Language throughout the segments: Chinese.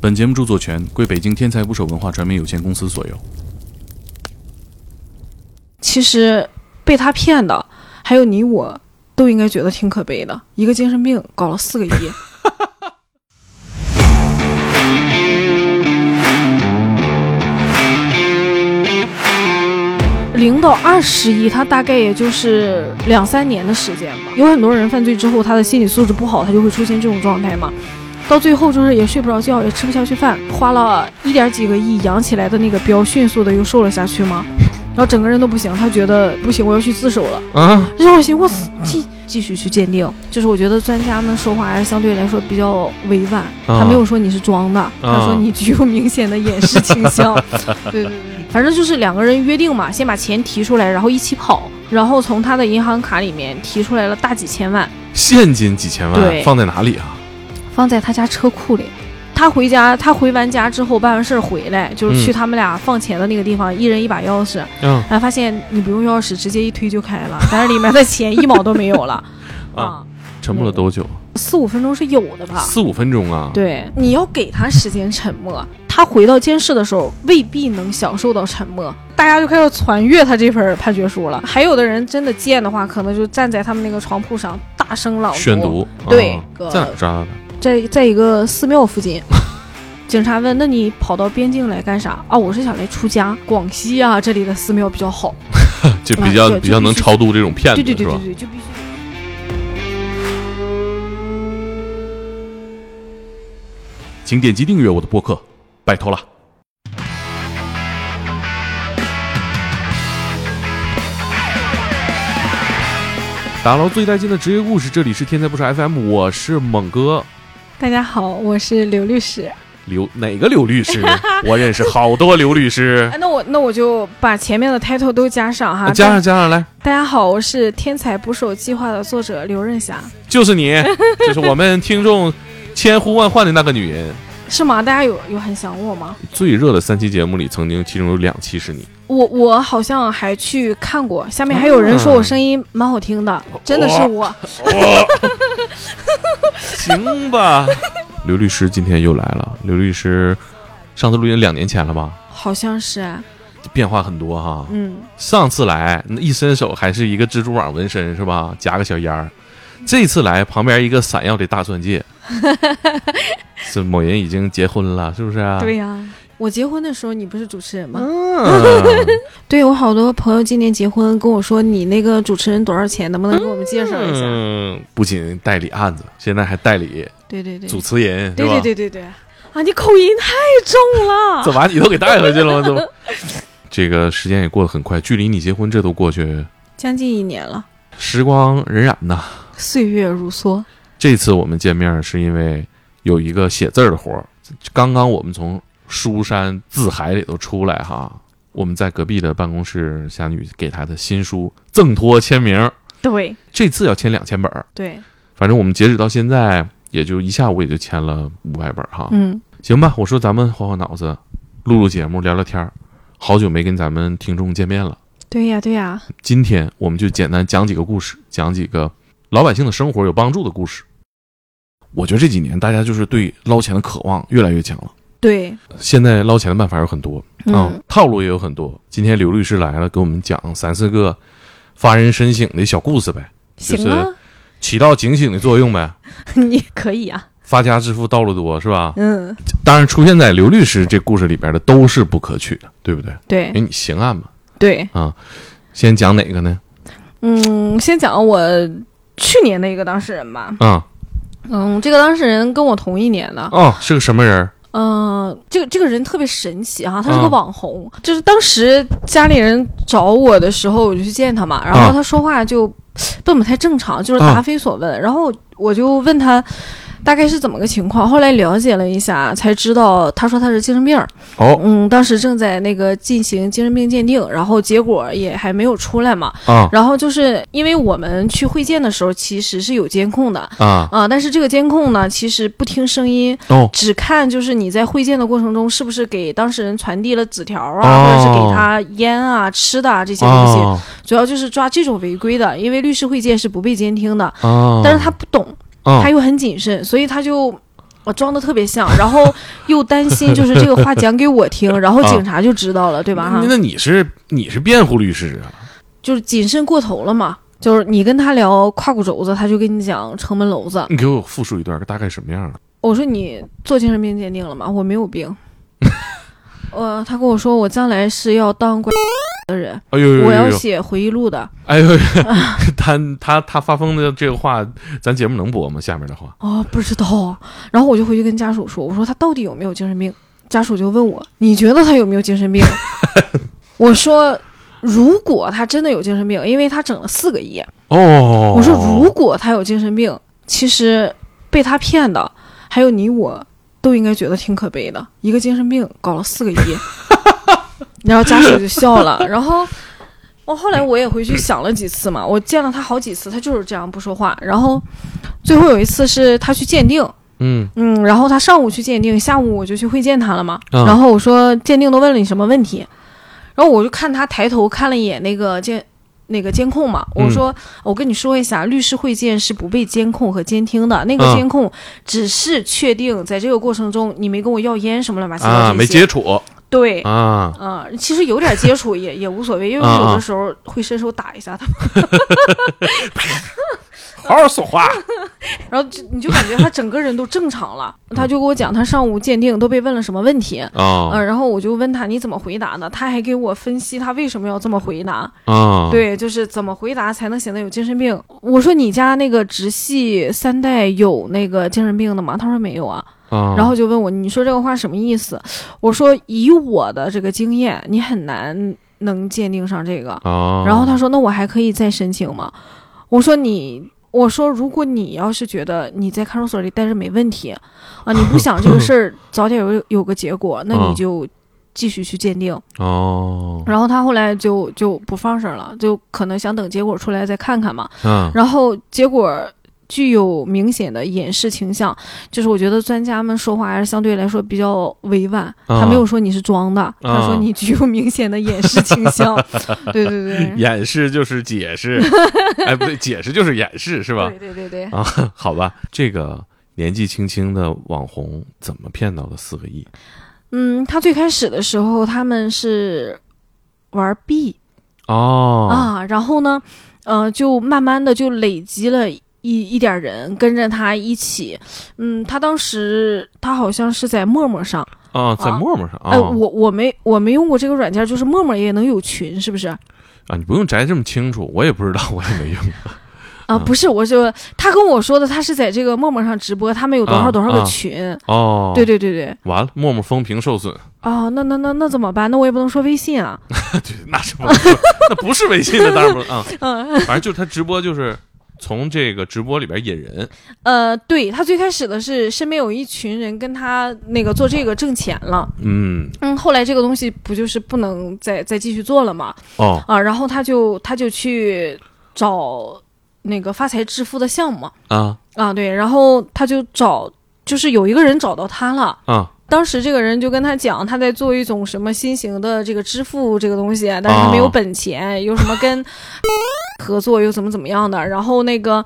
本节目著作权归北京天才捕手文化传媒有限公司所有。其实被他骗的，还有你我都应该觉得挺可悲的。一个精神病搞了四个亿，零到二十亿，他大概也就是两三年的时间吧。有很多人犯罪之后，他的心理素质不好，他就会出现这种状态嘛。到最后就是也睡不着觉，也吃不下去饭，花了一点几个亿养起来的那个膘，迅速的又瘦了下去嘛。然后整个人都不行，他觉得不行，我要去自首了。啊，这让我寻思，我死继继续去鉴定。就是我觉得专家们说话还是相对来说比较委婉，啊他没有说你是装的，他说你具有明显的掩饰倾 向。对对对，反正就是两个人约定嘛，先把钱提出来，然后一起跑，然后从他的银行卡里面提出来了大几千万，现金几千万对放在哪里啊？放在他家车库里。他回家，他回完家之后办完事儿回来，就是去嗯他们俩放钱的那个地方，一人一把钥匙。嗯然后发现你不用钥匙，直接一推就开了，但是里面的钱一毛都没有了 啊啊，沉默了多久？四五分钟是有的吧？四五分钟啊？对，你要给他时间沉默，他回到监室的时候未必能享受到沉默。大家就开始传阅他这份判决书了。还有的人真的贱的话，可能就站在他们那个床铺上大声朗读，宣读。对啊个在哪儿抓的？在在一个寺庙附近。 警察问：“那你跑到边境来干啥啊？我是想来出家，广西啊这里的寺庙比较好。就啊比较对比较能就必须超度这种骗对子对对是对吧？对，就必须。”请点击订阅我的播客，拜托了。打捞最带劲的职业故事，这里是天才不是 FM，我是猛哥大家好，我是刘律师。刘哪个刘律 师？我认识好多刘律师哎，，那我那我就把前面的 title 都加上哈，啊加上加上来，大家好，我是《天才捕手计划》的作者刘任霞，就是 你，就是我们听众千呼万唤的那个女人。是吗？大家有有很想我吗？最热的三期节目里，曾经其中有两期是你，我我好像还去看过，下面还有嗯人说我声音蛮好听的，哦真的是我。行吧？ 刘律师今天又来了，刘律师上次录音两年前了吧？好像是，啊变化很多哈。嗯，上次来那一伸手还是一个蜘蛛网纹身是吧？夹个小烟儿，这次来旁边一个闪耀的大钻戒。这某人已经结婚了，是不是、 啊？ 对呀、我结婚的时候你不是主持人吗？ 嗯，对我好多朋友今年结婚跟我说，你那个主持人多少钱？能不能给我们介绍一下？嗯，不仅代理案子，现在还代理对对对，主持人，对是吧对？对对对。啊，你口音太重 了。怎么把你都给带回去了吗？怎么？这个时间也过得很快，距离你结婚这都过去，将近一年了，时光荏苒呐。岁月如梭。这次我们见面是因为有一个写字儿的活儿。刚刚我们从书山字海里头出来哈，我们在隔壁的办公室，侠女给她的新书赠托签名儿，对这次要签两千本儿。对，反正我们截止到现在，也就一下午也就签了五百本儿哈。嗯，行吧，我说咱们换换脑子，录录节目，聊聊天儿。好久没跟咱们听众见面了，对呀对呀，今天我们就简单讲几个故事，讲几个老百姓的生活有帮助的故事。我觉得这几年大家就是对捞钱的渴望越来越强了。对，现在捞钱的办法有很多嗯，啊、套路也有很多。今天刘律师来了，给我们讲三四个发人深省的小故事呗，行啊， 起到警醒的作用呗。你可以啊，发家致富道路多是吧？嗯，当然，出现在刘律师这故事里边的都是不可取的，对不对？因为对你刑案嘛。对，先讲哪个呢？嗯，先讲我去年的一个当事人吧，啊、嗯，这个当事人跟我同一年的，哦，是个什么人儿？嗯，这个这个人特别神奇哈、他是啊个网红，就是当时家里人找我的时候，我就去见他嘛，然啊后他说话就呃不怎么太正常，就是啊答非所问，然后我就问他。大概是怎么个情况？后来了解了一下，才知道他说他是精神病儿，哦嗯，当时正在那个进行精神病鉴定，然后结果也还没有出来嘛。啊然后就是因为我们去会见的时候，其实是有监控的啊啊，但是这个监控呢，其实不听声音，哦只看就是你在会见的过程中是不是给当事人传递了纸条啊，哦或者是给他烟啊、吃的啊这些东西，啊主要就是抓这种违规的，因为律师会见是不被监听的，啊！但是他不懂，啊他又很谨慎，所以他就我装的特别像，然后又担心就是这个话讲给我听，然后警察就知道了，对吧？哦哈，那你是你是辩护律师啊？就是谨慎过头了嘛。就是你跟他聊胯骨轴子，他就跟你讲城门楼子。你给我复述一段，大概什么样啊的？我说你做精神病鉴定了吗？我没有 病。呃，他跟我说我将来是要当官的人，哎呦呦呦我要呦！写回忆录的。哎呦， 呦他他他发疯的这个话，咱节目能播吗？下面的话，哦，不知道啊。然后我就回去跟家属说，我说他到底有没有精神病？家属就问我，你觉得他有没有精 神病？我说，如果他真的有精神病，因为他整了四个亿，哦，我说如果他有精神病，其实被他骗的，还有你我都应该觉得挺可悲的，一个精神病搞了四个亿，然后家属就笑了，然后。我后来我也回去想了几次嘛，我见了他好几次，他就是这样不说话。然后最后有一次是他去鉴定，嗯嗯，然后他上午去鉴定，下午我就去会见他了嘛。嗯然后我说鉴定都问了你什么问题，然后我就看他抬头看了一眼那个监那个监控嘛，嗯我说、我跟你说一下，律师会见是不被监控和监听的，那个嗯监控只是确定在这个过程中你没跟我要烟什么乱七八啊，糟这没些，接触对。啊，啊、其实有点接 触也也无所谓，因为我有的时候会伸手打一下他啊们，好好说话。啊然后就你就感觉他整个人都正常 了。嗯他就跟我讲，他上午鉴定都被问了什么问题，嗯、啊然后我就问他你怎么回答的，他还给我分析他为什么要这么回答，啊，，对，就是怎么回答才能显得有精神病。我说你家那个直系三代有那个精神病的吗？他说没有啊，啊，然后就问我你说这个话什么意思？我说以我的这个经验，你很难能鉴定上这个。啊，然后他说那我还可以再申请吗？我说你。我说，如果你要是觉得你在看守所里待着没问题，啊，你不想这个事儿 早点有有个结果，那你嗯就继续去鉴定。哦，然后他后来就就不放声了，就可能想等结果出来再看看嘛。嗯然后结果具有明显的掩饰倾向，就是我觉得专家们说话还是相对来说比较委婉，他没有说你是装的，他说啊你具有明显的掩饰倾 向。对对对，掩饰就是解 释，哎，不对，解释就是掩饰，是吧对？对对对， 啊，好吧，这个年纪轻轻的网红怎么骗到的四个亿？嗯，他最开始的时候他们是玩币哦，啊，然后呢，呃，就慢慢的就累积了一一点儿人跟着他一起，嗯，他当时他好像是在陌陌上，啊，在陌陌上哎、啊我我没我没用过这个软件，就是陌陌也能有群，是不是？啊、啊，你不用摘这么清楚，我也不知道，我也没 用。嗯啊不是，我就他跟我说的，他是在这个陌陌上直播，他们有多少啊多少个啊群，哦，对，对对对，完了，陌陌风评受损， 啊，那那那那怎么办？那我也不能说微信啊，对，那是不能说，那不是微信的，当然不是啊，嗯反正就是他直播就是。从这个直播里边引人，呃，对他最开始的是身边有一群人跟他那个做这个挣钱了，嗯，嗯，后来这个东西不就是不能再再继续做了嘛？哦，啊，然后他就他就去找那个发财致富的项目啊啊，对，然后他就找，就是有一个人找到他了。啊，当时这个人就跟他讲，他在做一种什么新型的这个支付这个东西，啊但是他没有哦本钱，有什么跟合作又怎么怎么样的。然后那个，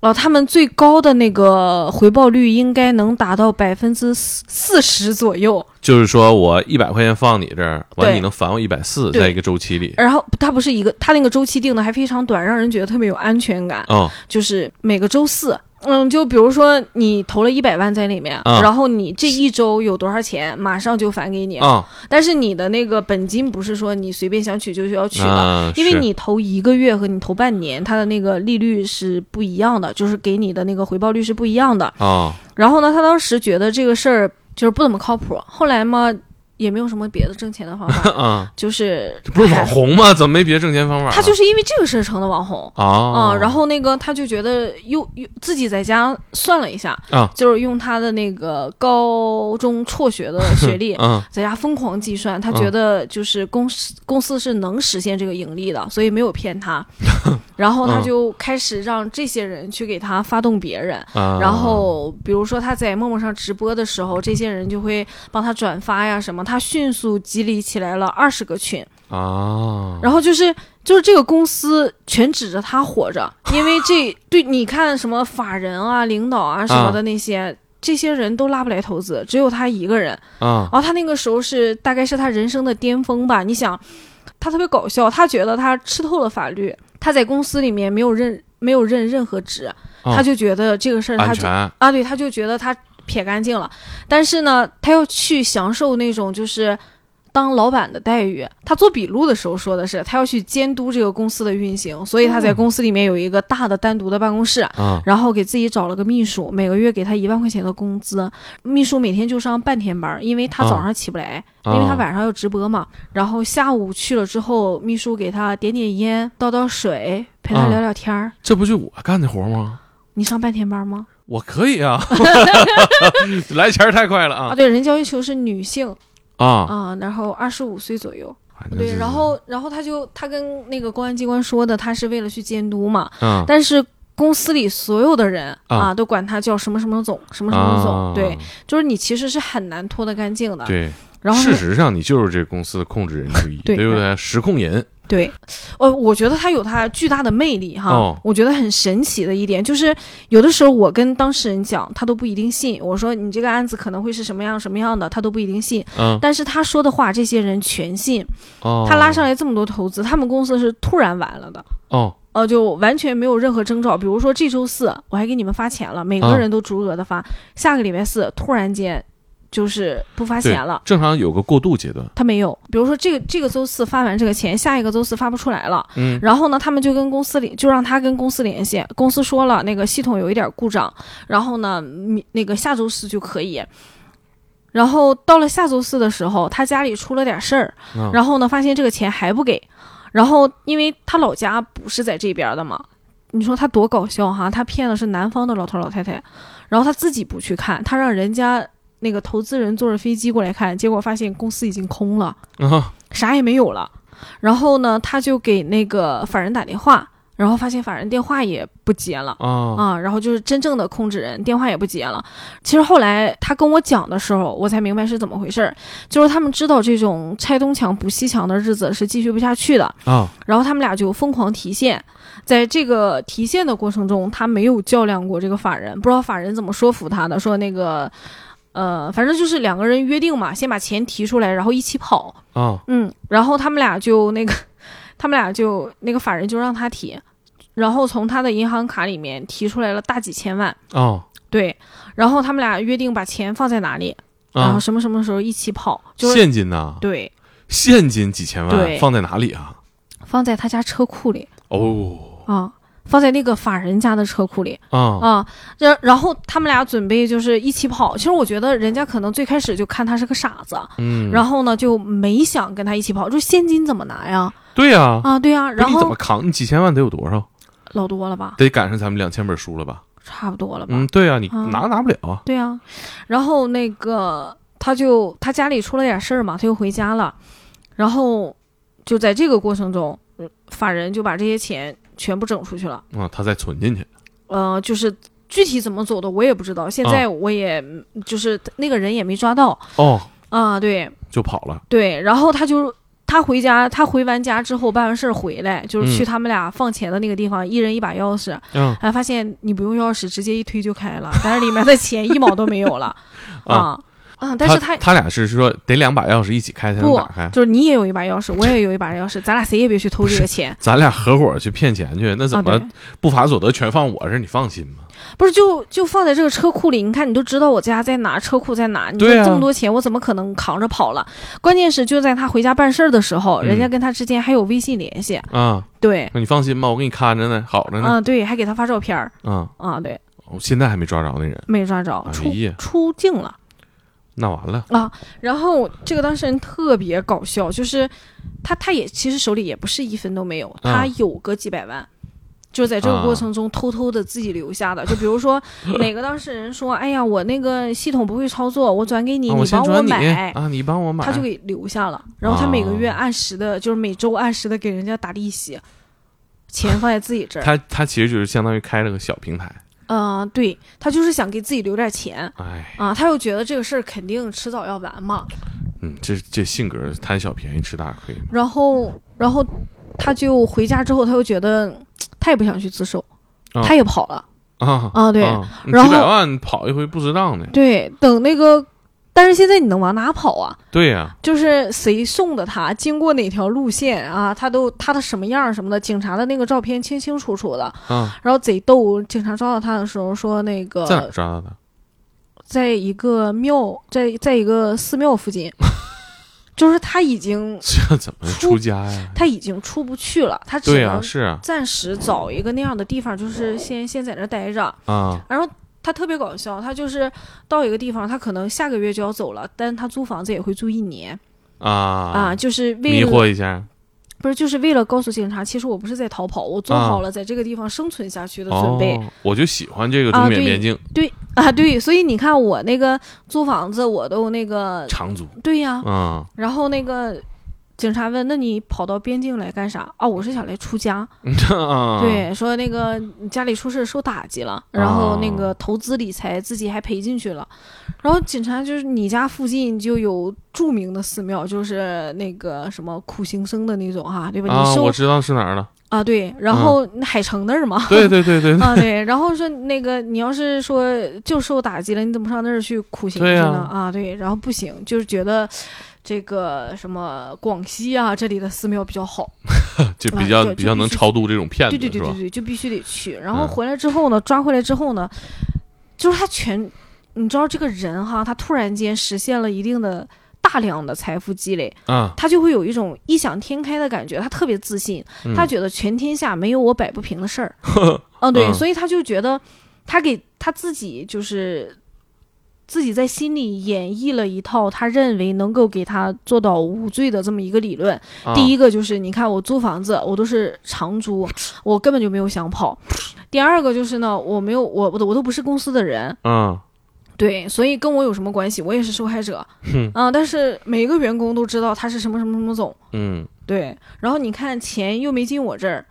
呃，他们最高的那个回报率应该能达到百分之四四十左右。就是说我一百块钱放你这儿，完对了你能返我一百四，对在一个周期里，然后它不是一个，它那个周期定的还非常短，让人觉得特别有安全感。哦，就是每个周四，嗯，就比如说你投了一百万在里面，啊然后你这一周有多少钱，马上就返给你。啊，但是你的那个本金不是说你随便想取就要取的，啊，因为是你投一个月和你投半年，它的那个利率是不一样的，就是给你的那个回报率是不一样的。啊然后呢，他当时觉得这个事儿就是不怎么靠谱，后来嘛也没有什么别的挣钱的 方法，啊，就是这不是网红吗？怎么没别的挣钱方法啊？哎他就是因为这个事儿成的网红。啊啊，然后那个他就觉得又又自己在家算了一下，啊，就是用他的那个高中辍学的学历 嗯在家疯狂计算，他觉得就是公司、公司是能实现这个盈利的，所以没有 骗他。然后嗯他就开始让这些人去给他发动别人。啊，然后，比如说他在陌陌上直播的时候，这些人就会帮他转发呀什么，他迅速积累起来了二十个群，啊，然后就是就是这个公司全指着他活着，因为这对你看什么法人啊、领导啊什么的那些，这些人都拉不来投资，只有他一个人。哦啊，然后他那个时候是大概是他人生的巅峰吧。你想，他特别搞笑，他觉得他吃透了法律，他在公司里面没有任没有任任何职，哦他就觉得这个事儿他安就全啊，对，他就觉得他撇干净了。但是呢，他要去享受那种就是当老板的待遇。他做笔录的时候说的是，他要去监督这个公司的运行，所以他嗯在公司里面有一个大的单独的办公室。啊，然后给自己找了个秘书，每个月给他一万块钱的工资。秘书每天就上半天班儿，因为他早上起不来，啊因为他晚上要直播嘛。然后下午去了之后，秘书给他点点烟，倒倒水，陪他啊聊聊天儿。这不就我干的活吗？你上半天班吗？我可以 啊，来钱儿太快了啊，啊对，人家要求是女性啊！啊、然后二十五岁左右。反正就对，是嗯然后然后他就他跟那个公安机关说的，他是为了去监督嘛，嗯但是。公司里所有的人啊都管他叫什么什么总，什么什么总，对，就是你其实是很难脱得干净的。对，然后他事实上你就是这公司的控制人之一，对不对？实控人对，呃，我觉得他有他巨大的魅力哈。哦我觉得很神奇的一点就是，有的时候我跟当事人讲，他都不一定信。我说你这个案子可能会是什么样什么样的，他都不一定信。嗯，但是他说的话，这些人全信。哦，他拉上来这么多投资，他们公司是突然完了的。哦，呃，就完全没有任何征兆。比如说这周四我还给你们发钱了，每个啊人都足额的发，下个礼拜四突然间就是不发对钱了，。正常有个过渡阶段，他没有。比如说这个这个周四发完这个钱，下一个周四发不出来了，嗯然后呢，他们就跟公司里就让他跟公司联系，公司说了那个系统有一点故障，然后呢，嗯那个下周四就可以。然后到了下周四的时候，他家里出了点事儿，嗯然后呢，发现这个钱还不给，然后因为他老家不是在这边的嘛，你说他多搞笑哈，他骗的是南方的老头老太太，然后他自己不去看，他让人家那个投资人坐着飞机过来看，结果发现公司已经空了。啊啥也没有了。然后呢，他就给那个法人打电话，然后发现法人电话也不接了。啊啊、然后就是真正的控制人，电话也不接了。其实后来他跟我讲的时候，我才明白是怎么回事儿，就是他们知道这种拆东墙补西墙的日子是继续不下去的，啊然后他们俩就疯狂提现，在这个提现的过程中，他没有较量过这个法人，不知道法人怎么说服他的，说那个，呃，反正就是两个人约定嘛，先把钱提出来，然后一起跑，啊！嗯，然后他们俩就那个，他们俩就那个法人就让他提，然后从他的银行卡里面提出来了大几千万，哦对，然后他们俩约定把钱放在哪里，然后啊，什么什么时候一起跑，就是现金呐，对，现金几千万对放在哪里啊？放在他家车库里哦啊。放在那个法人家的车库里啊啊，然然后他们俩准备就是一起跑。其实我觉得人家可能最开始就看他是个傻子，嗯，然后呢就没想跟他一起跑。就现金怎么拿呀？对呀，啊，对呀，不是然你怎么后扛？你几千万得有多少？老多了吧，得赶上咱们两千本书了吧？差不多了吧。嗯，对啊，你嗯拿拿不了啊。对啊，然后那个他就他家里出了点事儿嘛，他就回家了，然后就在这个过程中，嗯法人就把这些钱全部整出去了，啊，他再存进去。呃，就是。具体怎么走的我也不知道，现在我也、嗯就是那个人也没抓到哦，啊，对就跑了。对，然后他就他回家，他回完家之后办完事儿回来，就是去嗯他们俩放钱的那个地方，一人一把钥匙，嗯哎，发现你不用钥匙，直接一推就开了，但是里面的钱一毛都没有了啊 啊啊！但是他他他俩是说得两把钥匙一起开才能不打开，，就是你也有一把钥匙，我也有一把钥匙，咱俩谁也别去偷这个钱咱俩合伙去骗钱去， 那啊！怎对么，不法所得全放我这儿？你放心吗？不是就就放在这个车库里，你看你都知道我家在哪，车库在哪，你说对啊这么多钱，我怎么可能扛着跑了？关键是就在他回家办事儿的时候，人家嗯跟他之间还有微信联系，啊，对，那你放心吧，我给你看着呢，好着呢。啊对，还给他发照片儿啊，啊，对，我现在还没抓着那人，没抓着，哎出呀出境了。那完了。啊，然后这个当事人特别搞笑，就是他他也其实手里也不是一分都没有，啊他有个几百万。就是在这个过程中偷偷的自己留下的，就比如 说哪个当事人说：“哎呀，我那个系统不会操作，我转给你，啊你先帮转你买。啊，你帮我买。啊他就给留下了。然后他每个月按时的，就是每周按时的给人家打利息，钱放在自己这儿。他他其实就是相当于开了个小平台。嗯、对他就是想给自己留点钱哎，啊，他又觉得这个事儿肯定迟早要完嘛，嗯，这这性格贪小便宜吃大亏。然后，然后他就回家之后，他又觉得他也不想去自首，啊他也跑了。啊啊对啊你然几后百万跑一回不值当的，对，等那个，但是现在你能往哪跑啊？对呀、就是谁送的他，经过哪条路线啊，他都他的什么样儿什么的，警察的那个照片清清楚楚的。啊，然后贼逗，警察抓到他的时候说那个在哪儿抓到的？ 在一个庙，在在一个寺庙附近， 就是他已经这怎么出出家呀？他已经出不去了，他只对呀、能是啊暂时找一个那样的地方，就是先先在那儿待着。啊然后他特别搞笑，他就是到一个地方，他可能下个月就要走了，但是他租房子也会租一年啊啊，就是为迷了惑一下不是就是为了告诉警察，其实我不是在逃跑，我做好了在这个地方生存下去的准备。啊哦，我就喜欢这个啊中缅对边境、对啊，对，所以你看我那个租房子，我都那个长足对呀、啊， 然后那个警察问：“那你跑到边境来干啥？”啊，我是想来出家。啊，对，说那个你家里出事受打击了，然后啊那个投资理财自己还赔进去了。然后警察就是你家附近就有著名的寺庙，就是那个什么苦行僧的那种哈、对吧？啊你，收我知嗯道是哪儿了，啊对，然后海城那儿嘛。对对对对对啊，对，然后说那个你要是说就受打击了，你怎么上那儿去苦行去对呀呢？啊，对，然后不行，就是觉得这个什么广西啊这里的寺庙比较好，就啊比较比较对就必能须超度这种骗子，对对对是对吧？对，就必须得去。然后嗯回来之后呢，抓回来之后呢，就是他全，你知道这个人哈，他突然间实现了一定的。大量的财富积累，啊，他就会有一种异想天开的感觉，他特别自信，嗯他觉得全天下没有我摆不平 的事儿。嗯，对，嗯所以他就觉得他给他自己就是自己在心里演绎了一套他认为能够给他做到无罪的这么一个理论。啊第一个就是你看我租房子，我都是长租，我根本就没有想跑。第二个就是呢，我没有我我都我都不是公司的人，嗯对，所以跟我有什么关系？我也是受害者。哼啊，但是每个员工都知道他是什么什么什么总。嗯对，然后你看钱又没进我这儿，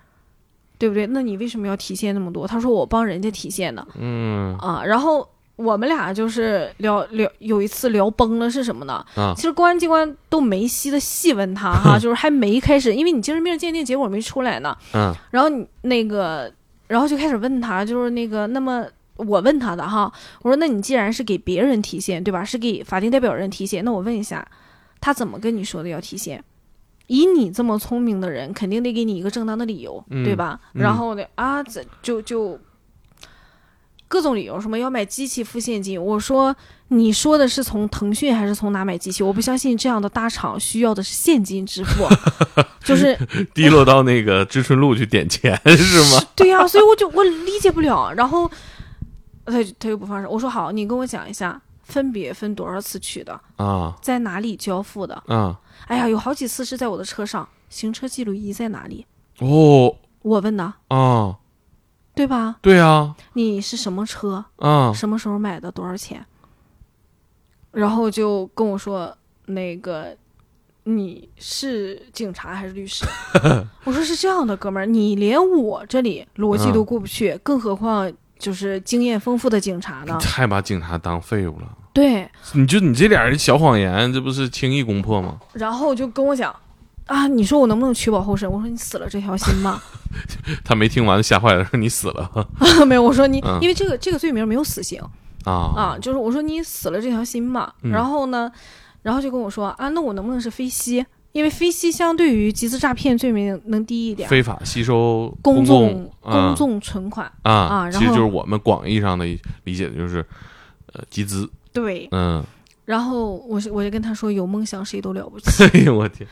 对不对？那你为什么要提现那么多？他说我帮人家提现的嗯啊。然后我们俩就是聊聊，有一次聊崩了是什么呢？啊其实公安机关都没细的细问他 哈，就是还没开始，因为你精神病鉴定结果没出来呢。嗯然后你那个，然后就开始问他，就是那个，那么我问他的哈，我说那你既然是给别人提现，对吧？是给法定代表人提现，那我问一下，他怎么跟你说的要提现？以你这么聪明的人，肯定得给你一个正当的理由，嗯对吧？嗯然后呢，啊，这就就各种理由，什么要买机器付现金。我说你说的是从腾讯还是从哪买机器？我不相信这样的大厂需要的是现金支付，啊 就是滴落到那个知春路去点钱是吗？ 对呀、所以我就我理解不了。然后他就他又不放手，我说好，你跟我讲一下分别分多少次取的， 啊在哪里交付的。啊哎呀，有好几次是在我的车上，行车记录仪在哪里？哦我问的，啊，对吧？对啊你是什么车？啊什么时候买的？多少钱？然后就跟我说那个。你是警察还是律师？我说是这样的，哥们儿，你连我这里逻辑都过不去，更何况就是经验丰富的警察呢？太把警察当废物了！对，你就你这俩人小谎言，这不是轻易攻破吗？然后就跟我讲啊，你说我能不能取保候审？我说你死了这条心吧，他没听完吓坏了，说你死了 没有，我说你嗯因为这个这个罪名没有死刑啊啊，就是我说你死了这条心吧。嗯然后呢，然后就跟我说啊，那我能不能是非吸？因为非吸相对于集资诈骗罪名能低一点，非法吸收啊公共公啊众存款，啊啊然其实就后是我们广义上的理解，就是呃集资。对。 嗯，然后我是我就跟他说，有梦想谁都了不起。哎呦我天！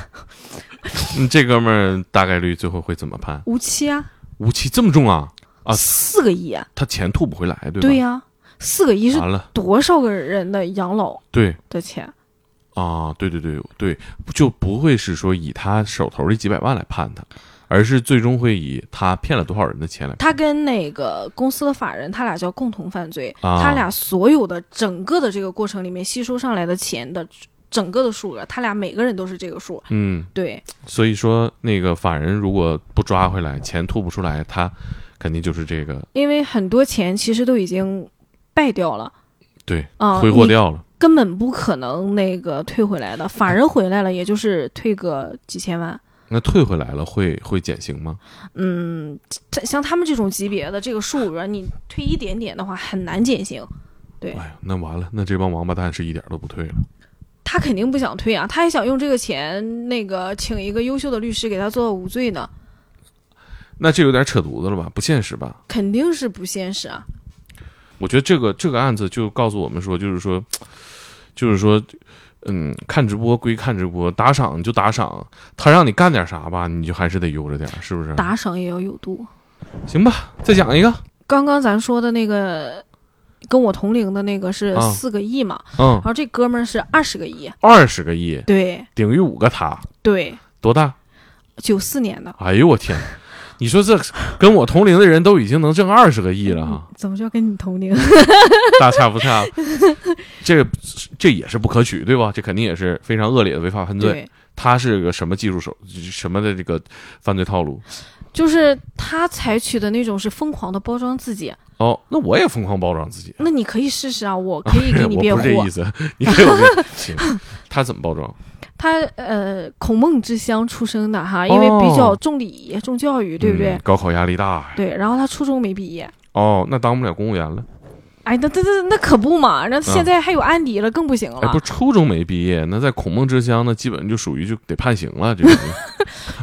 你这哥们儿大概率最后会怎么判？无期啊，无期这么重啊？啊四个亿啊，他钱吐不回来，对吧？啊对呀、四个亿是完了，多少个人的养老对的钱？啊，对对对对，就不会是说以他手头这几百万来判他，而是最终会以他骗了多少人的钱来判。他跟那个公司的法人，他俩叫共同犯罪，啊他俩所有的整个的这个过程里面吸收上来的钱的整个的数额，他俩每个人都是这个数。嗯，对所以说那个法人如果不抓回来，钱吐不出来，他肯定就是这个因为很多钱其实都已经败掉了，对啊，挥霍，掉了。根本不可能那个退回来的。法人回来了，也就是退个几千万那退回来了会会减刑吗？嗯，这像他们这种级别的这个数额，你退一点点的话很难减刑。对哎呀，那完了，那这帮王八蛋是一点都不退了。他肯定不想退啊，他还想用这个钱那个请一个优秀的律师给他做到无罪呢，那这有点扯犊子了吧？不现实吧？肯定是不现实嗯啊。我觉得这个这个案子就告诉我们说，就是说，就是说，嗯，看直播归看直播，打赏就打赏，他让你干点啥吧，你就还是得悠着点儿，是不是？打赏也要有度。行吧，再讲一个，刚刚咱说的那个跟我同龄的那个是啊四个亿嘛，嗯然，后这哥们儿是二十个亿。二十个亿对顶于五个他，对，多大？九四年的，哎呦我天！ 你说这跟我同龄的人都已经能挣二十个亿了 啊，嗯怎么叫跟你同龄？嗯大差不差，这个这也是不可取，对吧？这肯定也是非常恶劣的违法犯罪。对，他是个什么技术手什么的这个犯罪套路？就是他采取的那种是疯狂的包装自己。哦，那我也疯狂包装自己，那你可以试试 啊，我可以给你我辩不是这护意。思， 你给我辩行。他怎么包装？他呃，孔孟之乡出生的哈，因为比较重礼仪、重教育， 对不对？哦嗯高考压力大呀。对，然后他初中没毕业，哦，那当不了公务员了。哎，那那那那可不嘛，那现在还有安迪了，更不行了。啊哎，不，初中没毕业，那在孔孟之乡，那基本就属于就得判刑了， 这个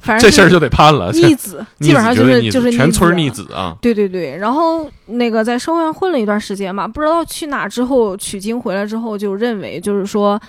反这正事就儿是就得判了。逆子，基本上 逆子绝对就是逆就子是全村儿逆逆。子啊。对对对，然后那个在社会上混了一段时间嘛，不知道去哪之后取经回来之后，就认为就是说，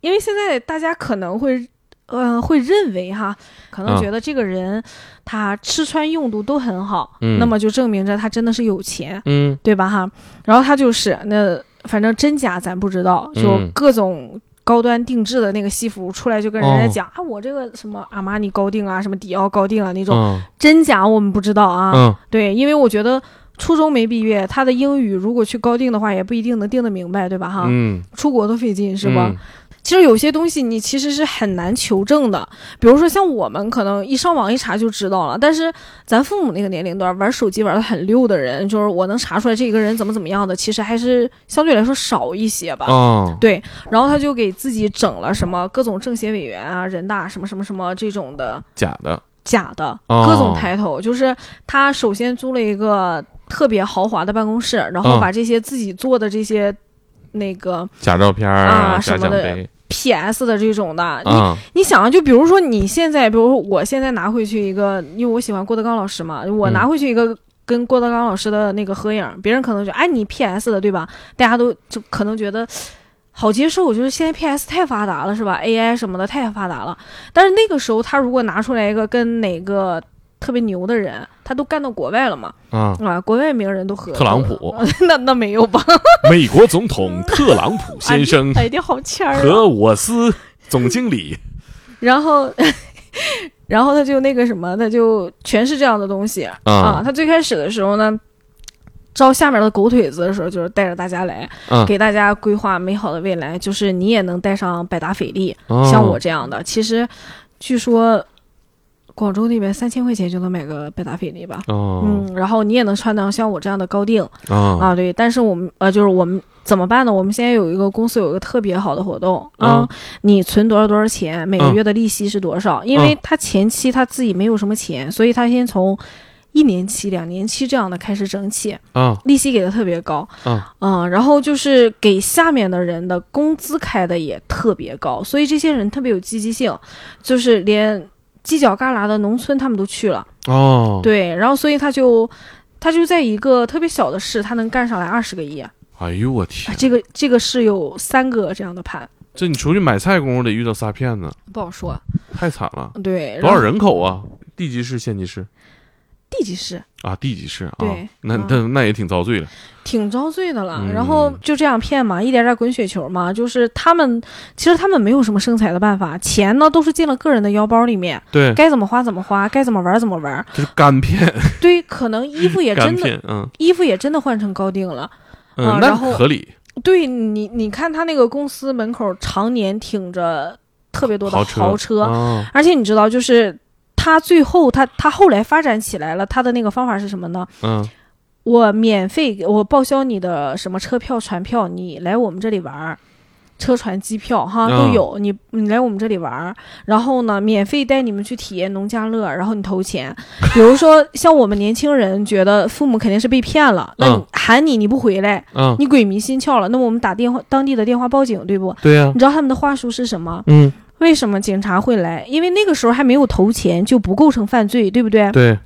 因为现在大家可能会，呃，会认为哈，可能嗯觉得这个人、他吃穿用度都很好，嗯那么就证明着他真的是有钱，嗯，对吧哈？然后他就是那反正真假咱不知道，就嗯各种高端定制的那个西服出来就跟人家哦讲、啊，我这个什么阿玛尼高定啊，什么迪奥高定啊那种、嗯真假我们不知道啊。嗯，对，因为我觉得初中没毕业，他的英语如果去高定的话，也不一定能定得明白，对吧哈？嗯，出国都费啊劲是吧？嗯？其实有些东西你其实是很难求证的，比如说像我们可能一上网一查就知道了，但是咱父母那个年龄段玩手机玩的很溜的人，就是我能查出来这个人怎么怎么样的，其实还是相对来说少一些吧。哦，对，然后他就给自己整了什么各种政协委员啊、人大什么什么什么这种的假的，假的，哦各种抬头，就是他首先租了一个特别豪华的办公室，然后嗯把这些自己做的这些那个假照片儿啊假什奖么的杯 PS 的这种的，你啊，你想啊，就比如说你现在，比如说我现在拿回去一个，因为我喜欢郭德纲老师嘛，我嗯拿回去一个跟郭德纲老师的那个合影，别人可能就哎你 PS 的对吧？大家都就可能觉得好接受，就是现在 PS 太发达了是吧？AI 什么的太发达了，但是那个时候他如果拿出来一个跟哪个。特别牛的人，他都干到国外了嘛？啊，啊，国外名人都和特朗普， 那那没有吧？美国总统特朗普先生哎，你好欠儿啊！和我司总经理，然后， 然后他就那个什么，他就全是这样的东西啊啊他最开始的时候呢，招下面的狗腿子的时候，就是带着大家来，嗯给大家规划美好的未来，就是你也能带上百达翡丽，哦像我这样的。其实，据说广州那边三千块钱就能买个百达翡丽吧。哦嗯，然后你也能穿到像我这样的高定啊啊，对。但是我们呃，就是我们怎么办呢？我们现在有一个公司有一个特别好的活动啊，嗯你存多少多少钱，每个嗯月的利息是多少？因为他前期他自己没有什么钱，所以他先从一年期、两年期这样的开始整起，啊利息给的特别高。嗯嗯然后就是给下面的人的工资开的也特别高，所以这些人特别有积极性，就是连犄角旮旯的农村他们都去了。哦，对，然后所以他就他就在一个特别小的市，他能干上来二十个亿。哎呦我天哎，这个这个市有三个这样的盘，这你出去买菜功夫得遇到仨骗子，不好说。太惨了，对，多然少后人口啊？地级市、县级市地级市啊，地级市啊对，那啊那那也挺遭罪的，挺遭罪的了。嗯然后就这样骗嘛，一点点滚雪球嘛。就是他们其实他们没有什么生财的办法，钱呢都是进了个人的腰包里面，对，该怎么花怎么花，该怎么玩怎么玩。这是干骗，对，可能衣服 也干真的骗，嗯衣服也真的换成高定了。啊嗯，那然后合理，对你，你看他那个公司门口常年挺着特别多的豪豪车，啊而且你知道，就是他最后他他后来发展起来了，他的那个方法是什么呢？嗯我免费给我报销你的什么车票、船票，你来我们这里玩儿，车船、机票哈嗯都有，你你来我们这里玩儿，然后呢，免费带你们去体验农家乐，然后你投钱。比如说像我们年轻人觉得父母肯定是被骗了，那你嗯喊你你不回来，嗯，你鬼迷心窍了，那么我们打电话当地的电话报警，对不？对呀你，知道他们的话术是什么？嗯，为什么警察会来？因为那个时候还没有投钱，就不构成犯罪，对不对？对，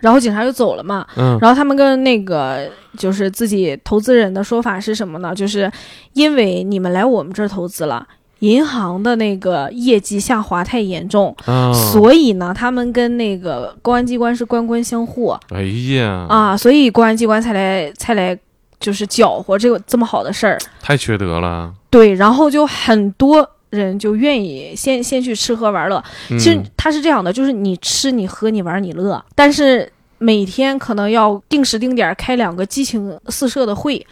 然后警察就走了嘛。嗯然后他们跟那个就是自己投资人的说法是什么呢？就是因为你们来我们这儿投资了，银行的那个业绩下滑太严重，啊，所以呢，他们跟那个公安机关是官官相护哎呀，啊，所以公安机关才来才来就是搅和这个这么好的事儿。太缺德了。对，然后就很多人就愿意先先去吃喝玩乐。嗯其实它是这样的，就是你吃你喝你玩你乐，但是每天可能要定时定点儿开两个激情四射 的会，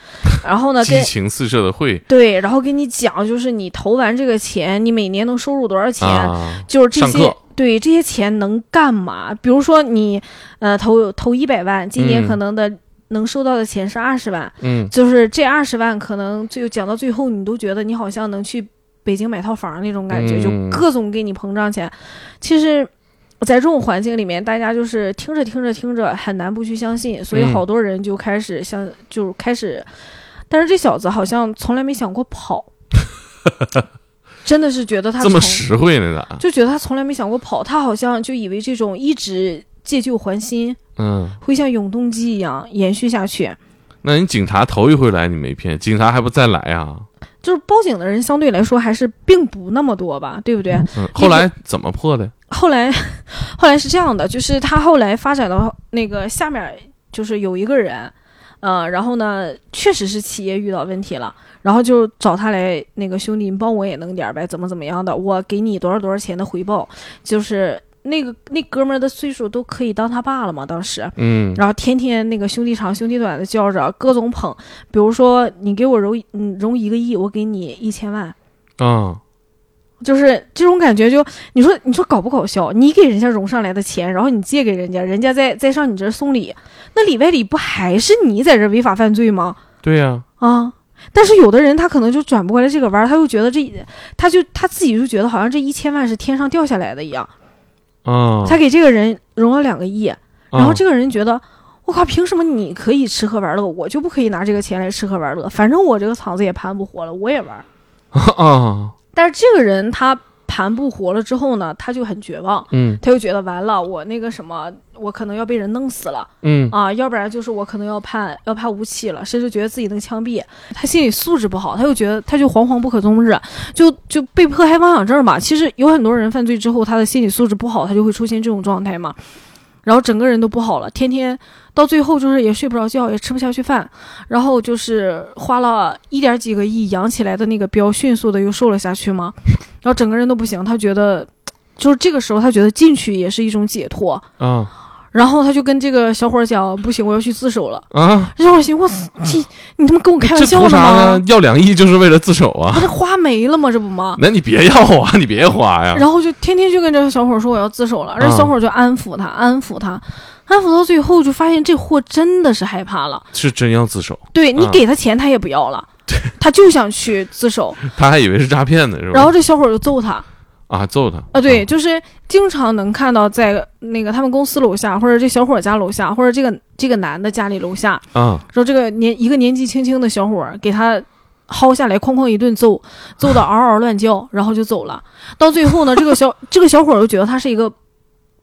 然后呃呢跟激情四射的会对，然后跟你讲就是你投完这个钱，你每年能收入多少钱，啊，就是这上些课。对这些钱能干嘛？比如说你，呃，投投一百万，今年嗯可能的、能收到的钱是二十万，嗯，就是这二十万，可能最讲到最后，你都觉得你好像能去北京买套房那种感觉，嗯就各种给你膨胀起来。其实，在这种环境里面，大家就是听着听着听着，很难不去相信，所以嗯好多人就开始像，就开始。但是这小子好像从来没想过 跑，真的是觉得他这么从实惠呢咋？就觉得他从来没想过跑，他好像就以为这种一直借旧还新嗯，会像永动机一样延续下去。那你警察头一回来你没骗，警察还不再来啊？就是报警的人相对来说还是并不那么多吧，对不对？嗯，后来怎么破的？后来，后来是这样的，就是他后来发展到那个下面，就是有一个人，呃，然后呢，确实是企业遇到问题了，然后就找他来，那个兄弟，你帮我也弄点儿呗，怎么怎么样的，我给你多少多少钱的回报，就是那个那哥们儿的岁数都可以当他爸了嘛，当时，嗯然后天天那个兄弟长兄弟短的叫着，各种捧，比如说你给我融一嗯融一个亿，我给你一千万。啊，就是这种感觉就，你说你说搞不搞笑？你给人家融上来的钱，然后你借给人家，人家再再上你这儿送礼，那里外里不还是你在这儿违法犯罪吗？对呀，啊！但是有的人他可能就转不过来这个弯儿，他又觉得这，他就他自己就觉得好像这一千万是天上掉下来的一样，啊，他给这个人融了两个亿，然后啊这个人觉得。我靠！凭什么你可以吃喝玩乐，我就不可以拿这个钱来吃喝玩乐？反正我这个厂子也盘不活了，我也玩儿。啊，但是这个人他盘不活了之后呢，他就很绝望，嗯他就觉得完了，我那个什么，我可能要被人弄死了嗯啊，要不然就是我可能要判要判无期了，甚至觉得自己能枪毙。他心理素质不好，他就觉得他就惶惶不可终日，就就被迫害妄想症嘛。其实有很多人犯罪之后，他的心理素质不好，他就会出现这种状态嘛。然后整个人都不好了，天天到最后就是也睡不着觉，也吃不下去饭，然后就是花了一点几个亿养起来的那个膘，迅速的又瘦了下去嘛。然后整个人都不行，他觉得就是这个时候，他觉得进去也是一种解脱。啊然后他就跟这个小伙儿讲：“不行，我要去自首了。啊”，这小伙儿寻思：“我操这你他妈跟我开玩这笑图呢啥吗呢？？要两亿就是为了自首啊 不？是花没了吗？这不吗？”那你别要啊，你别花呀。然后就天天就跟这个小伙儿说我要自首了，这啊小伙儿就安抚他，安抚他，安抚到最后就发现这货真的是害怕了。是真要自首，对你啊给他钱他也不要了，他就想去自首。他还以为是诈骗呢，是吧？然后这小伙儿就揍他，啊，揍他啊，对，，就是经常能看到在那个他们公司楼下，或者这小伙儿家楼下，或者这个这个男的家里楼下，啊，说这个年一个年纪轻轻的小伙儿给他薅下来，哐哐一顿揍，揍得嗷嗷乱叫，然后就走了。到最后呢，这个小这个小伙儿就觉得他是一个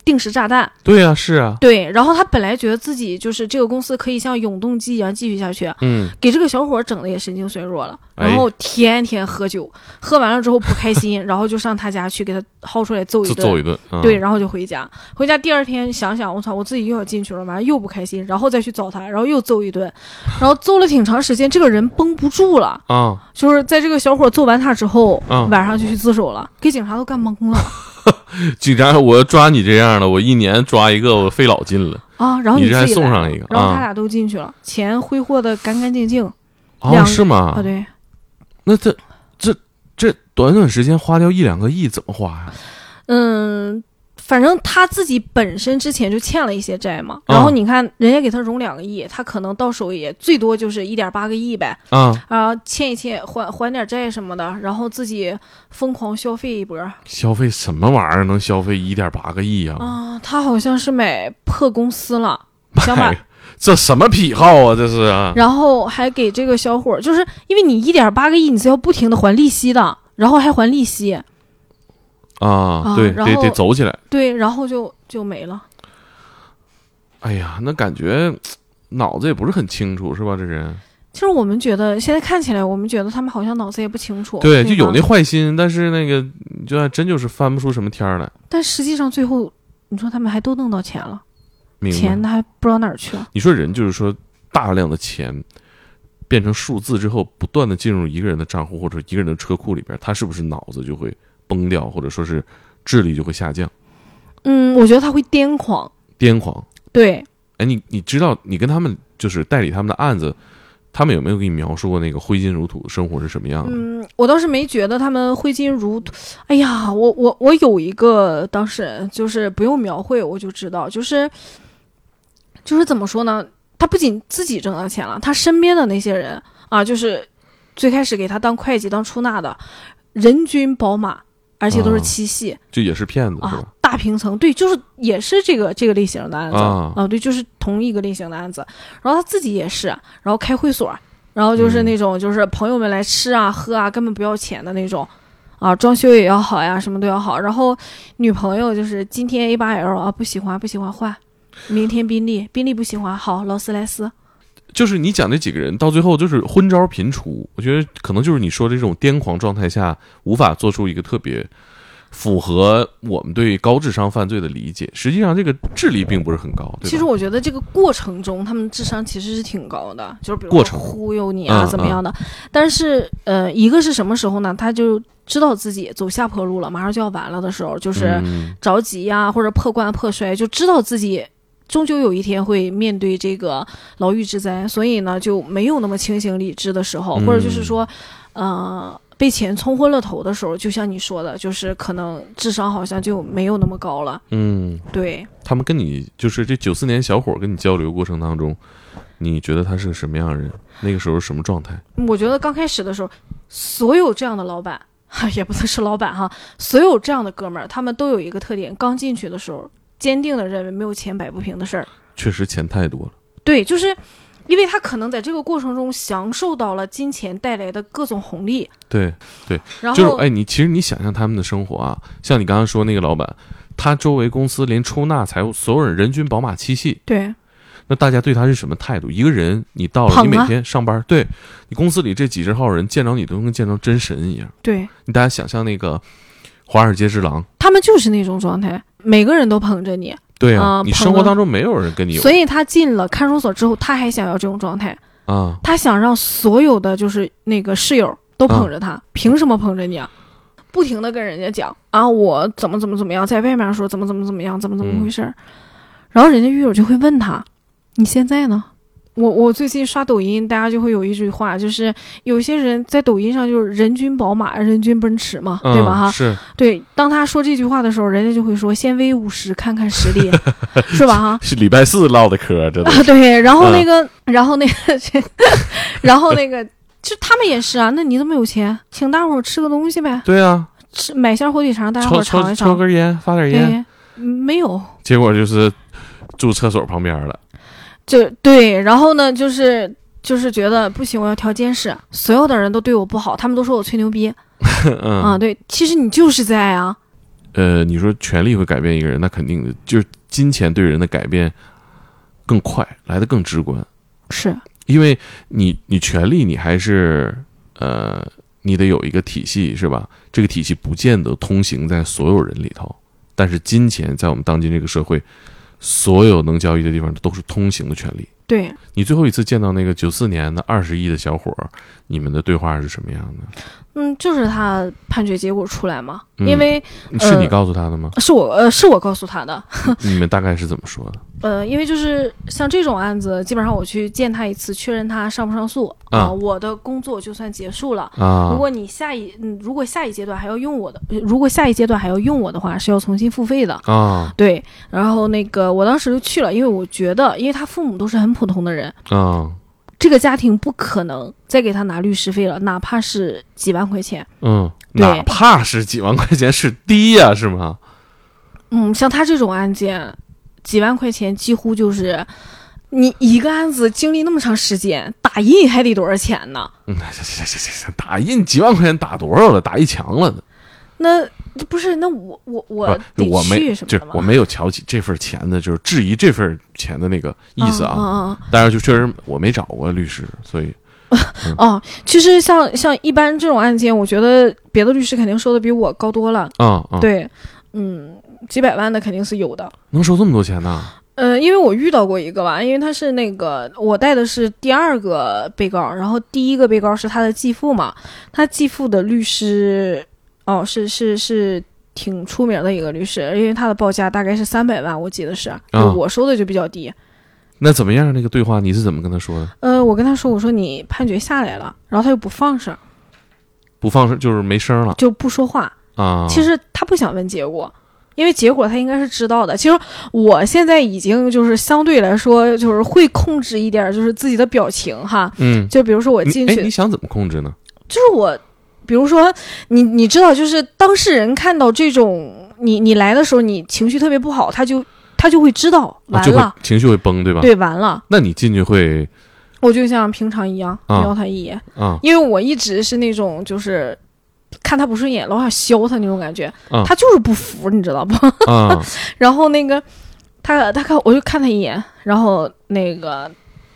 定时炸弹，对呀，是啊，对，然后他本来觉得自己就是这个公司可以像永动机一样继续下去，嗯，给这个小伙儿整的也神经衰弱了，哎然后天天喝酒，喝完了之后不开心，然后就上他家去给他薅出来揍一揍顿，揍一顿，啊对，，然后就回家。回家第二天想想，我操，我自己又要进去了，完了又不开心，然后再去找他，然后又揍一顿，然后揍了挺长时间，这个人绷不住了，啊，就是在这个小伙揍完他之后，嗯晚上就去自首了，给警察都干懵了警察，我要抓你这样的，我一年抓一个，我费老劲了。啊。然后你自这还己送来上了一个然后啊他俩都进去了，钱挥霍的干干净净哦，两是吗？啊，对。那这这这短短时间花掉一两个亿，怎么花呀？嗯，反正他自己本身之前就欠了一些债嘛，啊然后你看人家给他融两个亿，他可能到手也最多就是一点八个亿呗，啊，啊，欠一欠还还点债什么的，然后自己疯狂消费一波消费什么玩意儿能消费一点八个亿啊？啊。他好像是买破公司了，想买 哎，这什么癖好啊？这是啊然后还给这个小伙儿，就是因为你一点八个亿，你是要不停的还利息的，然后还还利息，啊，对，然得后得走起来。对，然后就就没了。哎呀，那感觉脑子也不是很清楚，是吧？这人其实我们觉得现在看起来，我们觉得他们好像脑子也不清楚，对，就吧有那，坏心，但是那个你就还真就是翻不出什么天儿来。但实际上最后，你说他们还都弄到钱了，明白钱他还不知道哪儿去了。你说人就是说大量的钱变成数字之后，不断的进入一个人的账户或者一个人的车库里边，他是不是脑子就会崩掉，或者说是智力就会下降、嗯，我觉得他会癫狂，癫狂？对，哎，你你知道你跟他们就是代理他们的案子，他们有没有给你描述过那个挥金如土的生活是什么样的？嗯，我倒是没觉得他们挥金如土。哎呀，我我我有一个当事人，就是不用描绘我就知道，就是就是怎么说呢？他不仅自己挣到钱了，他身边的那些人啊，就是最开始给他当会计、当出纳的，人均宝马，而且都是啊七系就也是骗子啊是吧？大平层，对，就是也是这个这个类型的案子啊对，就是同一个类型的案子。然后他自己也是，然后开会所，然后就是嗯那种就是朋友们来吃啊、喝啊，根本不要钱的那种，啊，装修也要好呀，什么都要好。然后女朋友就是今天 A 八 L 啊，不喜欢不喜欢换，明天宾利，宾利不喜欢好劳斯莱斯。就是你讲这几个人到最后就是昏招频出，我觉得可能就是你说的这种癫狂状态下无法做出一个特别符合我们对高智商犯罪的理解。实际上，这个智力并不是很高，对吧其实我觉得这个过程中，他们智商其实是挺高的，就是比如过说程忽悠你啊嗯怎么样的。但是呃，一个是什么时候呢？他就知道自己走下坡路了，马上就要完了的时候，就是嗯着急呀、或者破罐破摔，就知道自己。终究有一天会面对这个牢狱之灾，所以呢，就没有那么清醒理智的时候，嗯或者就是说，呃，被钱冲昏了头的时候，就像你说的，就是可能智商好像就没有那么高了。嗯，对，他们跟你就是这九四年小伙跟你交流过程当中，你觉得他是个什么样的人？那个时候是什么状态？我觉得刚开始的时候，所有这样的老板， 也不能是老板哈，所有这样的哥们儿，他们都有一个特点：刚进去的时候，坚定的认为没有钱摆不平的事儿。确实钱太多了，对，就是因为他可能在这个过程中享受到了金钱带来的各种红利，对，然就是后、哎，你其实你想象他们的生活啊，像你刚刚说那个老板，他周围公司连出纳、财务，所有人人均宝马七系。对那大家对他是什么态度？一个人，你到了，捧啊你每天上班，对你公司里这几十号人见着你都跟见着真神一样。对，你大家想象那个《华尔街之狼》，他们就是那种状态，每个人都捧着你，对啊，啊你捧生活啊当中没有人跟你有所以他进了看守所之后，他还想要这种状态，啊，他想让所有的就是那个室友都捧着他，凭什么捧着你啊？不停的跟人家讲啊，我怎么怎么怎么样，在外面说怎么怎么怎么样，怎么怎么回事儿、然后人家狱友就会问他，你现在呢？我我最近刷抖音，大家就会有一句话，就是有些人在抖音上就是人均宝马、人均奔驰嘛，对吧？嗯哈，是对。当他说这句话的时候，人家就会说先威五十，看看实 力，是吧？哈，是礼拜四唠的嗑，真的。啊， 对，然嗯后那个，然后那个， 这然后那个，就他们也是啊。那你这么有钱，请大伙儿吃个东西呗，对啊，吃买箱火腿肠，大家伙抽儿尝抽一抽尝。根烟，发点烟，对，没有，结果就是住厕所旁边了。就对。然后呢，就是就是觉得不行，我要调监视，所有的人都对我不好，他们都说我吹 牛逼、嗯，啊。对，其实你就是在啊，呃，你说权力会改变一个人，那肯定的，就是金钱对人的改变更快，来的更直观。是因为你你权力你还是呃，你得有一个体系是吧？这个体系不见得通行在所有人里头，但是金钱在我们当今这个社会，所有能交易的地方都是通行的权利。对。你最后一次见到那个九四年的二十亿的小伙儿，你们的对话是什么样的？嗯，就是他判决结果出来嘛，嗯因为是你呃告诉他的吗？是我呃是我告诉他的，你们大概是怎么说的？呃，因为就是像这种案子，基本上我去见他一次，确认他上不上诉啊、啊我的工作就算结束了。啊如，果你下一，嗯，如果下一阶段还要用我的，如果下一阶段还要用我的话，是要重新付费的。啊对，然后那个我当时就去了，因为我觉得，因为他父母都是很普通的人，啊，这个家庭不可能再给他拿律师费了，哪怕是几万块钱。嗯，对哪怕是几万块钱是低呀、是吗？嗯，像他这种案件，几万块钱几乎就是你一个案子经历那么长时间，打印还得多少钱呢？嗯，行行行行行， 打印几万块钱打多少了？打一墙了呢？那不是那我我我不是得我没去什么就的吗？我没有瞧起这份钱的，就是质疑这份钱的那个意思嗯啊。嗯但是就确实我没找过律师，所以嗯哦，其实像像一般这种案件，我觉得别的律师肯定收的比我高多了。啊啊，，对，嗯，几百万的肯定是有的。能收这么多钱呢？呃，因为我遇到过一个吧，因为他是那个我带的是第二个被告，然后第一个被告是他的继父嘛，他继父的律师，哦，是是是挺出名的一个律师，因为他的报价大概是三百万，我记得是，就啊我收的就比较低。那怎么样？那个对话你是怎么跟他说的？呃，我跟他说，我说你判决下来了，然后他又不放声，不放声就是没声了就不说话。啊？其实他不想问结果，因为结果他应该是知道的。其实我现在已经就是相对来说就是会控制一点儿，就是自己的表情哈。嗯，就比如说我你进哎去，，你想怎么控制呢？就是我，比如说你，你知道，就是当事人看到这种你你来的时候，你情绪特别不好，他就他就会知道啊完就了，会情绪会崩，对吧？对，完了，那你进去会我就像平常一样啊瞄他一眼，啊因为我一直是那种就是。看他不顺眼，老想削他那种感觉，啊他就是不服，你知道吧？啊然后那个他他看我就看他一眼，然后那个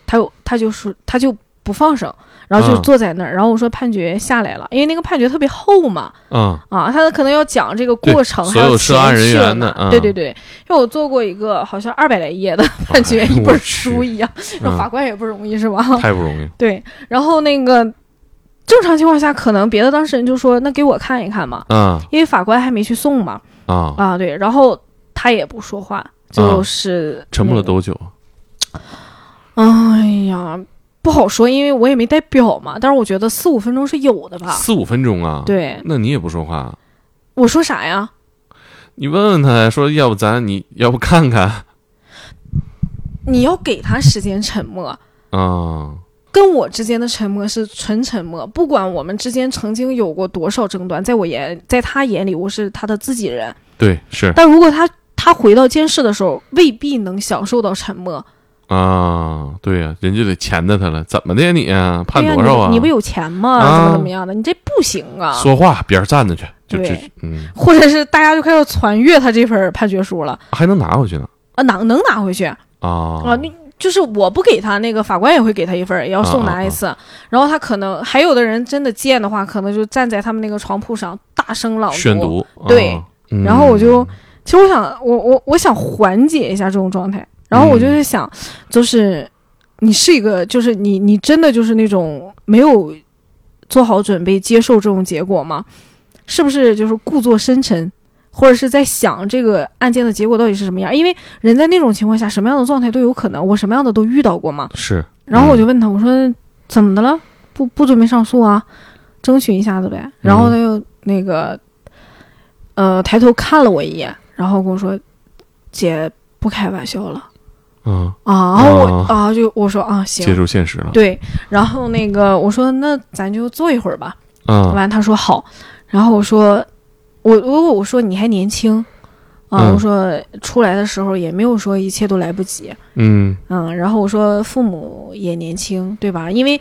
他又他就说他就不放声，然后就啊坐在那儿。然后我说判决下来了，因为那个判决特别厚嘛， 啊啊，他可能要讲这个对过程，所还有涉前案人序员的呢嗯哎对对对，因为我做过一个好像二百来页的判决， 一我本去书一样， 然后嗯法官也不容易是吧？太不容易了。 对，然后那个正常情况下，可能别的当事人就说那给我看一看嘛，啊因为法官还没去送嘛，啊！啊对，然后他也不说话，就是、嗯沉默了。多久？哎呀，不好说，因为我也没带表嘛，但是我觉得四五分钟是有的吧。四五分钟啊？，对，那你也不说话，我说啥呀？你问问他，说要不咱你 要不看看你要给他时间沉默。啊？跟我之间的沉默是纯沉默，不管我们之间曾经有过多少争端，在我眼，在他眼里我是他的自己人。对，是但如果他他回到监视的时候，未必能享受到沉默。啊，对呀、人就得钳着他了，怎么的呀你啊？判哎呀多少啊？你？你不有钱吗？啊怎么怎么样的？你这不行啊！说话边儿站着去，就对这嗯，或者是大家就开始传阅他这份判决书了还能拿回去呢啊，拿能拿回去啊？啊你就是我不给他那个，法官也会给他一份，也要送啊啊达啊一次。然后他可能还有的人真的贱的话，可能就站在他们那个床铺上大声朗宣读，对啊嗯然后我就，其实我想，我我我想缓解一下这种状态，然后我就在想，就是你是一个，就是你你真的就是那种没有做好准备接受这种结果吗？是不是就是故作深沉，或者是在想这个案件的结果到底是什么样？因为人在那种情况下，什么样的状态都有可能，我什么样的都遇到过嘛。是然后嗯我就问他，我说怎么的了？不不准备上诉啊？争取一下子嗯呗。然后他又那个，呃，抬头看了我一眼，然后跟我说：“姐，不开玩笑了啊，啊！”然后我哦啊，就我说啊，接行。受现实了对，然后那个我说那咱就坐一会儿吧。啊完，他说好。然后我说我我我说你还年轻啊，嗯我说出来的时候也没有说一切都来不及。嗯，嗯，然后我说父母也年轻，对吧？因为、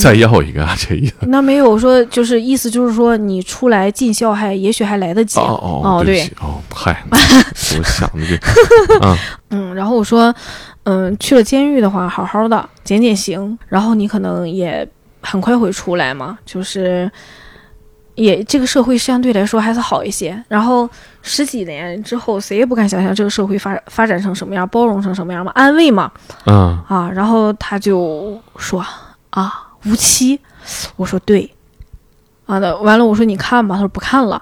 再嗯、要一个啊， 这意思那没有说就是意思就是说你出来尽孝还也许还来得及。哦哦哦对不起哦，嗨， 我想的这啊嗯，然后我说，嗯，去了监狱的话，好好的减减刑，然后你可能也很快会出来嘛，就是也这个社会相对来说还是好一些。然后十几年之后，谁也不敢想象这个社会发发展成什么样，包容成什么样嘛，安慰嘛，啊啊，然后他就说啊无期，我说对，啊的，完了我说你看吧，他说不看了，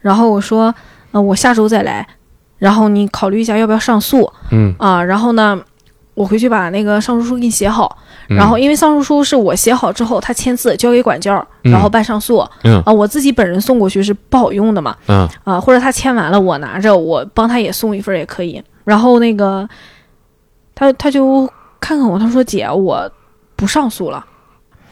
然后我说，呃，我下周再来，然后你考虑一下要不要上诉嗯，啊，然后呢，我回去把那个上诉书给你写好，嗯然后因为上诉书是我写好之后他签字交给管教，嗯然后办上诉，嗯啊，我自己本人送过去是不好用的嘛，嗯啊，或者他签完了我拿着，我帮他也送一份儿也可以。然后那个他他就看看我，他说姐我不上诉了。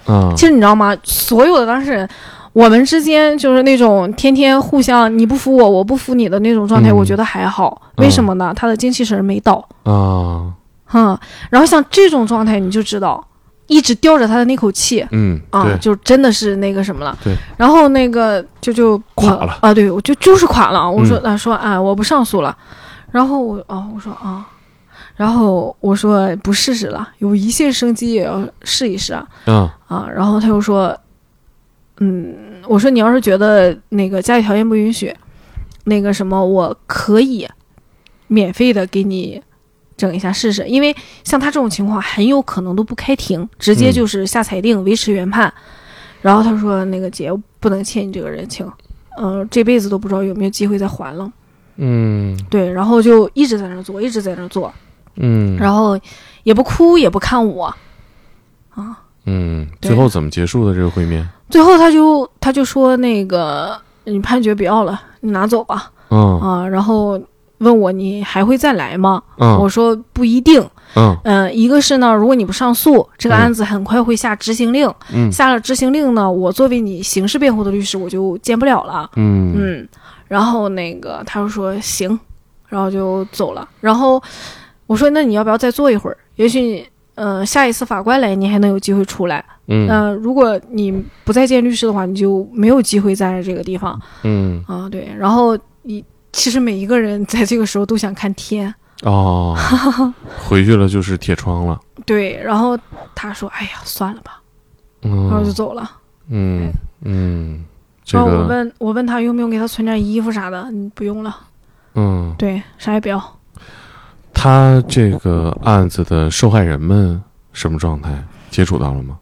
嗯其实你知道吗？所有的当事人，我们之间就是那种天天互相你不服我，我不服你的那种状态，嗯我觉得还好。为什么呢？他的精气神儿没到，啊嗯。然后像这种状态，你就知道一直吊着他的那口气。嗯，啊，对，就真的是那个什么了。对，然后那个就就垮了嗯啊，对，我就就是垮了。我说，他、说啊，我不上诉了。然后我啊，我说啊，然后我说哎不试试了，有一线生机也要试一试啊嗯啊。然后他又说，嗯，我说你要是觉得那个家里条件不允许，那个什么，我可以免费的给你。整一下试试，因为像他这种情况，很有可能都不开庭，直接嗯就是下裁定，维持原判。然后他说：“那个姐，我不能欠你这个人情，嗯、这辈子都不知道有没有机会再还了。嗯”对，然后就一直在那儿做，一直在那儿做，嗯，然后也不哭，也不看我，啊，嗯，对最后怎么结束的这个会面？最后他就他就说：“那个你判决不要了，你拿走吧。”嗯啊，然后问我你还会再来吗？我嗯说不一定，嗯嗯、一个是呢，如果你不上诉，这嗯个案子很快会下执行令，嗯下了执行令呢，我作为你刑事辩护的律师，我就见不了了。嗯嗯，然后那个他就说行，然后就走了。然后我说那你要不要再坐一会儿？也许呃下一次法官来，你还能有机会出来。嗯那、如果你不再见律师的话，你就没有机会站在这个地方嗯啊。对，然后你其实每一个人 在这个时候都想看天。 哦，回去了就是铁窗了。对，然后他说：“哎呀，算了吧。”然哦后就嗯走了。嗯嗯，这然后我个问我问他用不用给他存点衣服啥的，嗯，不用了。嗯，对，啥也不要。他这个案子的受害人们什么状态？接触到了吗？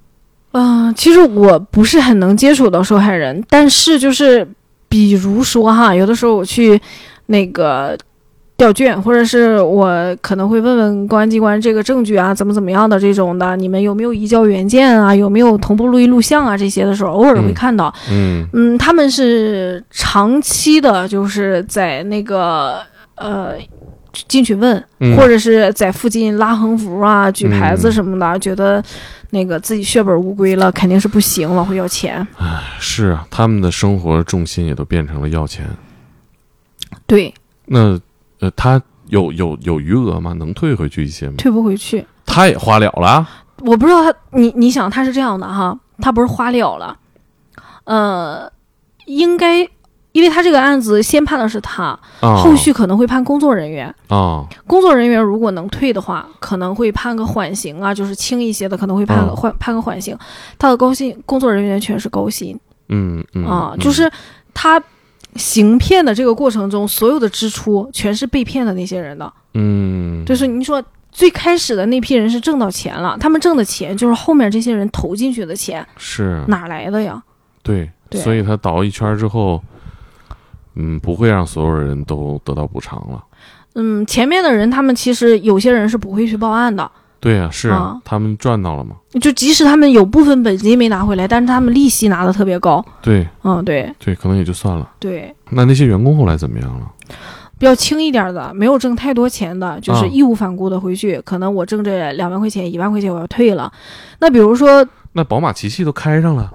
嗯、其实我不是很能接触到受害人，但是就是比如说哈，有的时候我去那个调卷，或者是我可能会问问公安机关这个证据啊怎么怎么样的这种的，你们有没有移交原件啊，有没有同步录音录像啊这些的时候，偶尔会嗯看到，嗯嗯，他们是长期的，就是在那个呃进去问，嗯或者是在附近拉横幅啊、举牌子嗯什么的，觉得那个自己血本无归了，肯定是不行，往回要钱。是啊，他们的生活重心也都变成了要钱。对，那呃，他有有有余额吗？能退回去一些吗？退不回去。他也花了了，我不知道他，你你想他是这样的哈，他不是花了了，呃，应该因为他这个案子先判的是他，哦啊，后续可能会判工作人员。啊，工作人员如果能退的话，可能会判个缓刑啊，就是轻一些的，可能会判个嗯缓、判个缓刑。他的高薪工作人员全是高薪嗯嗯啊，嗯就是他行骗的这个过程中，所有的支出全是被骗的那些人的。嗯，就是你说最开始的那批人是挣到钱了，他们挣的钱就是后面这些人投进去的钱，是哪来的呀？对，对所以他倒一圈儿之后，嗯，不会让所有人都得到补偿了。嗯，前面的人他们其实有些人是不会去报案的，对呀、是啊他们赚到了嘛？就即使他们有部分本金没拿回来，但是他们利息拿的特别高。对嗯，对对，可能也就算了。对。那那些员工后来怎么样了？比较轻一点的，没有挣太多钱的，就是啊义无反顾的回去。可能我挣这两万块钱、一万块钱，我要退了。那比如说，那宝马、七系都开上了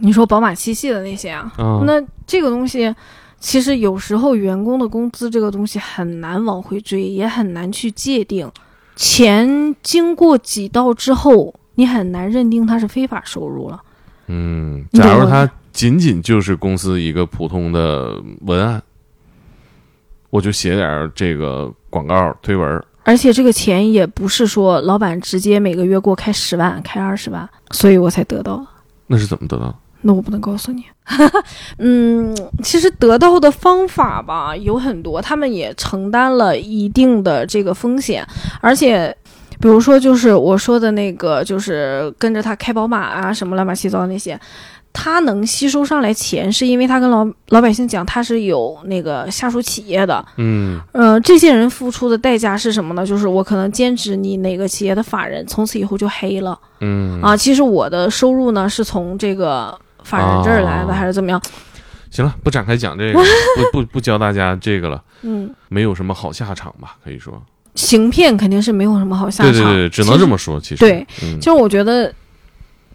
你说宝马七系的那些啊，啊？那这个东西，其实有时候员工的工资这个东西很难往回追，也很难去界定。钱经过几道之后，你很难认定它是非法收入了。嗯，你懂假如我他仅仅就是公司一个普通的文案，我就写点儿这个广告推文儿，而且这个钱也不是说老板直接每个月给我开十万、开二十万，所以我才得到。那是怎么得到的？那我不能告诉你。嗯，其实得到的方法吧有很多，他们也承担了一定的这个风险，而且。比如说，就是我说的那个，就是跟着他开宝马啊，什么乱七八糟那些，他能吸收上来钱，是因为他跟老老百姓讲他是有那个下属企业的，嗯呃，这些人付出的代价是什么呢？就是我可能兼职你哪个企业的法人，从此以后就黑了嗯啊。其实我的收入呢是从这个法人这儿来的，啊还是怎么样？行了，不展开讲 这个，不不不教大家这个了，嗯，没有什么好下场吧？可以说，行骗肯定是没有什么好下对场，对对，只能这么说。其实，对，嗯其实我觉得，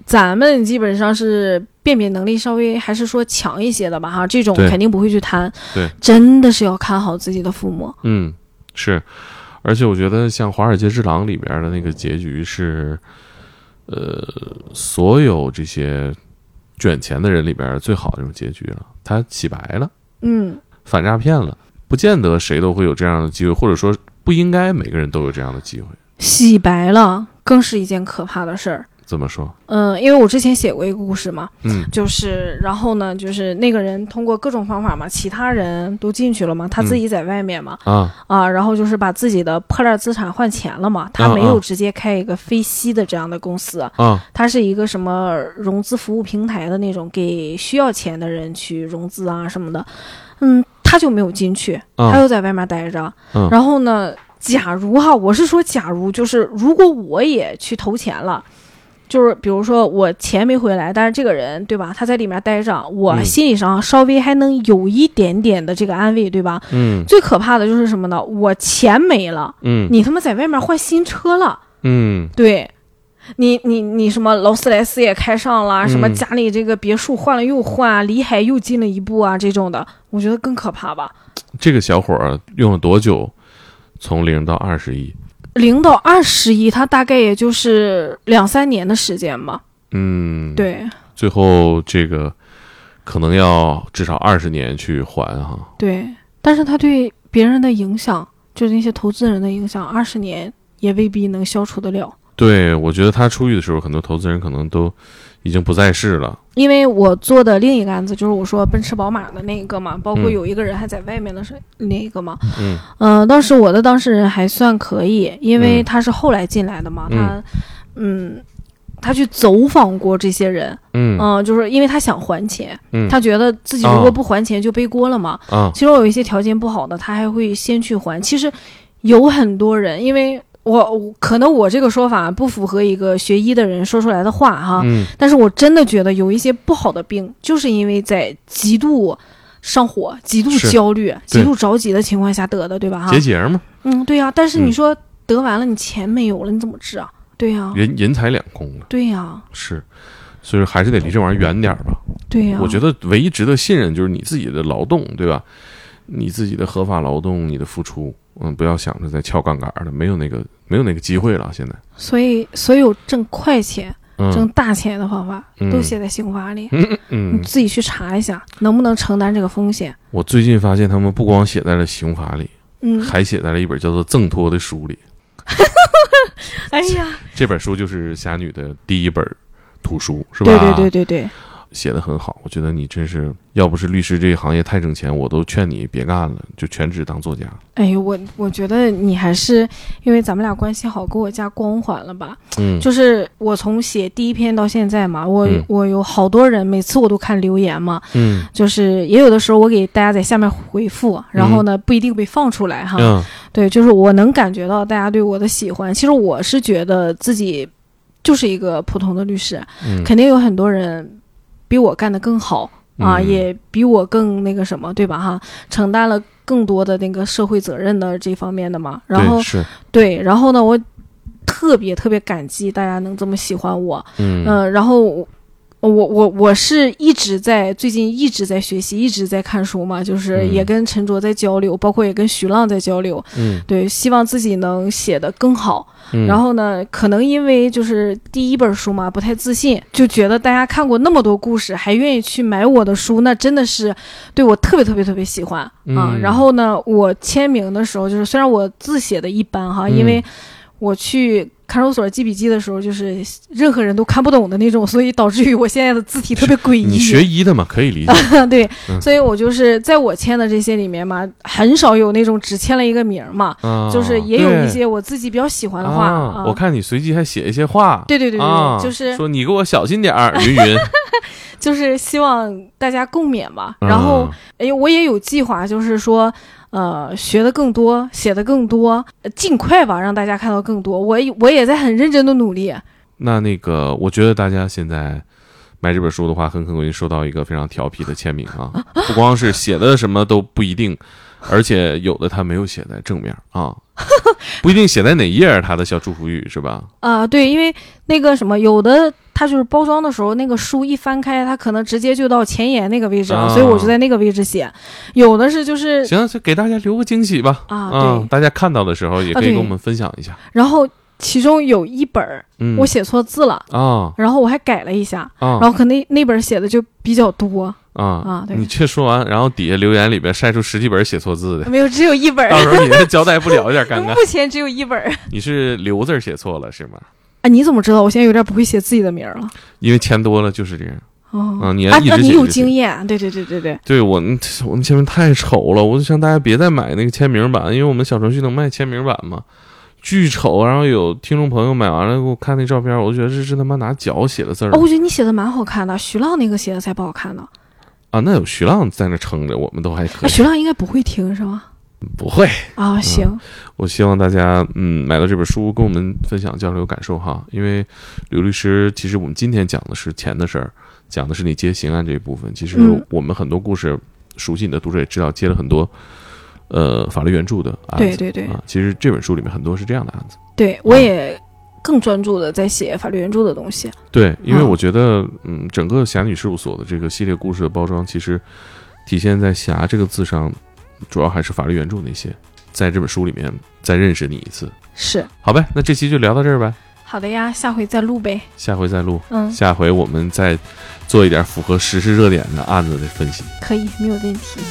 咱们基本上是辨别能力稍微还是说强一些的吧，哈，这种对肯定不会去贪。对，真的是要看好自己的父母。嗯是，而且我觉得像《华尔街之狼》里边的那个结局是，呃，所有这些卷钱的人里边最好的这种结局了，他洗白了。嗯，反诈骗了，不见得谁都会有这样的机会，或者说不应该每个人都有这样的机会。洗白了更是一件可怕的事儿。怎么说？嗯，因为我之前写过一个故事嘛，嗯就是然后呢，就是那个人通过各种方法嘛，其他人都进去了嘛，嗯他自己在外面嘛，啊，啊，然后就是把自己的破烂资产换钱了嘛，他啊没有啊直接开一个飞息的这样的公司，啊它是一个什么融资服务平台的那种，给需要钱的人去融资啊什么的。嗯，他就没有进去，他啊又在外面待着。嗯然后呢，假如哈，我是说假如，就是如果我也去投钱了。就是比如说我钱没回来，但是这个人对吧，他在里面待着，我嗯心理上稍微还能有一点点的这个安慰，对吧？嗯最可怕的就是什么呢？我钱没了，嗯你他妈在外面换新车了，嗯对，你你你什么劳斯莱斯也开上了，什么嗯家里这个别墅换了又换啊，离海又近了一步啊，这种的，我觉得更可怕吧。这个小伙儿用了多久？从零到二十亿？零到二十亿，他大概也就是两三年的时间吧。嗯，，对最后这个可能要至少二十年去还哈。对，但是他对别人的影响，就是那些投资人的影响，二十年也未必能消除得了。对，我觉得他出狱的时候，很多投资人可能都已经不在世了。因为我做的另一个案子就是我说奔驰、宝马的那一个嘛，包括嗯有一个人还在外面的是那个嘛，嗯嗯，当时我的当事人还算可以，因为嗯他是后来进来的嘛，嗯他，嗯，他去走访过这些人，嗯嗯、就是因为他想还钱，嗯他觉得自己如果哦不还钱就背锅了嘛。啊其中有一些条件不好的，他还会先去还。其实有很多人，因为我我可能我这个说法不符合一个学医的人说出来的话哈，嗯但是我真的觉得有一些不好的病，就是因为在极度。上火、极度是焦虑、极对度着急的情况下得的，对吧？哈，结节嘛，嗯，对呀、但是你嗯说得完了，你钱没有了，你怎么治啊？对呀、人人财两空了。对呀、是，所以说还是得离这玩意儿远点儿吧。对呀、我觉得唯一值得信任就是你自己的劳动，对吧？你自己的合法劳动，你的付出，嗯，不要想着再翘杠杆儿的，没有那个没有那个机会了。现在，所以所有挣快钱、挣嗯大钱的方法、嗯都写在刑法里，你嗯，自己去查一下，能不能承担这个风险？我最近发现他们不光写在了刑法里， 嗯，还写在了一本叫做《挣脱》的书里。哎呀，这本书就是侠女的第一本图书，是吧？对对对对对，写的很好，我觉得你真是，要不是律师这一行业太挣钱，我都劝你别干了，就全职当作家。哎呦，我我觉得你还是因为咱们俩关系好，给我加光环了吧？嗯，就是我从写第一篇到现在嘛，我、嗯我有好多人，每次我都看留言嘛，嗯就是也有的时候我给大家在下面回复，然后呢不一定被放出来哈。嗯对，就是我能感觉到大家对我的喜欢。其实我是觉得自己就是一个普通的律师，嗯，肯定有很多人比我干得更好啊，嗯也比我更那个什么，对吧？哈，承担了更多的那个社会责任的这方面的嘛。然对后是对，然后呢，我特别特别感激大家能这么喜欢我。嗯嗯、然后我我我我是一直在最近一直在学习，一直在看书嘛，就是嗯也跟陈卓在交流，包括也跟徐浪在交流。嗯对，希望自己能写得更好。嗯，然后呢，可能因为就是第一本书嘛，不太自信，就觉得大家看过那么多故事，还愿意去买我的书，那真的是对我特别特别特别喜欢啊。嗯然后呢，我签名的时候，就是虽然我字写的一般哈，嗯因为我去。看守所记笔记的时候，就是任何人都看不懂的那种，所以导致于我现在的字体特别诡异。你学医的嘛，可以理 解。对，嗯所以我就是在我签的这些里面嘛，很少有那种只签了一个名儿嘛，啊就是也有一对些我自己比较喜欢的话。啊啊我看你随机还写一些话，对对对对对，啊就是说你给我小心点儿，云云。就是希望大家共勉吧。 然嗯后，啊哎，我也有计划，就是说，呃，学的更多，写的更多，呃尽快吧，让大家看到更多。我也我也在很认真的努力。那那个，我觉得大家现在买这本书的话，很可能会收到一个非常调皮的签名啊，不光是写的什么都不一定，而且有的他没有写在正面 啊，不一定写在哪页儿他的小祝福语是吧？啊，对，因为那个什么，有的它就是包装的时候，那个书一翻开，它可能直接就到前言那个位置了，啊所以我就在那个位置写。有的是就是，行，就给大家留个惊喜吧。啊嗯对大家看到的时候也可啊以对跟我们分享一下。然后其中有一本儿嗯，我写错字了，啊然后我还改了一下，啊然后可那那本儿写的就比较多，啊啊对你却说完，然后底下留言里边晒出十几本写错 字的，没有只有一本到儿，时候你这交代不了，有点尴尬。嗯目前只有一本 儿。你是“刘”字儿写错了是吗？啊，你怎么知道？我现在有点不会写自己的名儿了。因为钱多了就是这样。哦，啊你还啊，一直那你写有一直写经验？对对对对对，对我们，我们签名太丑了，我就想大家别再买那个签名版，因为我们小程序能卖签名版嘛，巨丑。然后有听众朋友买完了给我看那照片，我就觉得这是他妈拿脚写的字儿、哦，我觉得你写的蛮好看的，徐浪那个写的才不好看呢。啊！那有徐浪在那撑着，我们都还可以。啊，徐浪应该不会听是吗？不会，啊，嗯行，我希望大家嗯买到这本书，跟我们分享交流感受哈。因为刘律师，其实我们今天讲的是钱的事儿，讲的是你接刑案这一部分。其实嗯我们很多故事，熟悉你的读者也知道，接了很多呃法律援助的案子。对对对嗯啊，其实这本书里面很多是这样的案子。对我嗯也更专注的在写法律援助的东西。对，因为嗯我觉得，嗯，整个侠女事务所的这个系列故事的包装，其实体现在“侠”这个字上，主要还是法律援助那些，在这本书里面再认识你一次。是，好呗，那这期就聊到这儿呗，好的呀，下回再录呗。下回再录，嗯，下回我们再做一点符合时事热点的案子的分析。可以，没有问题。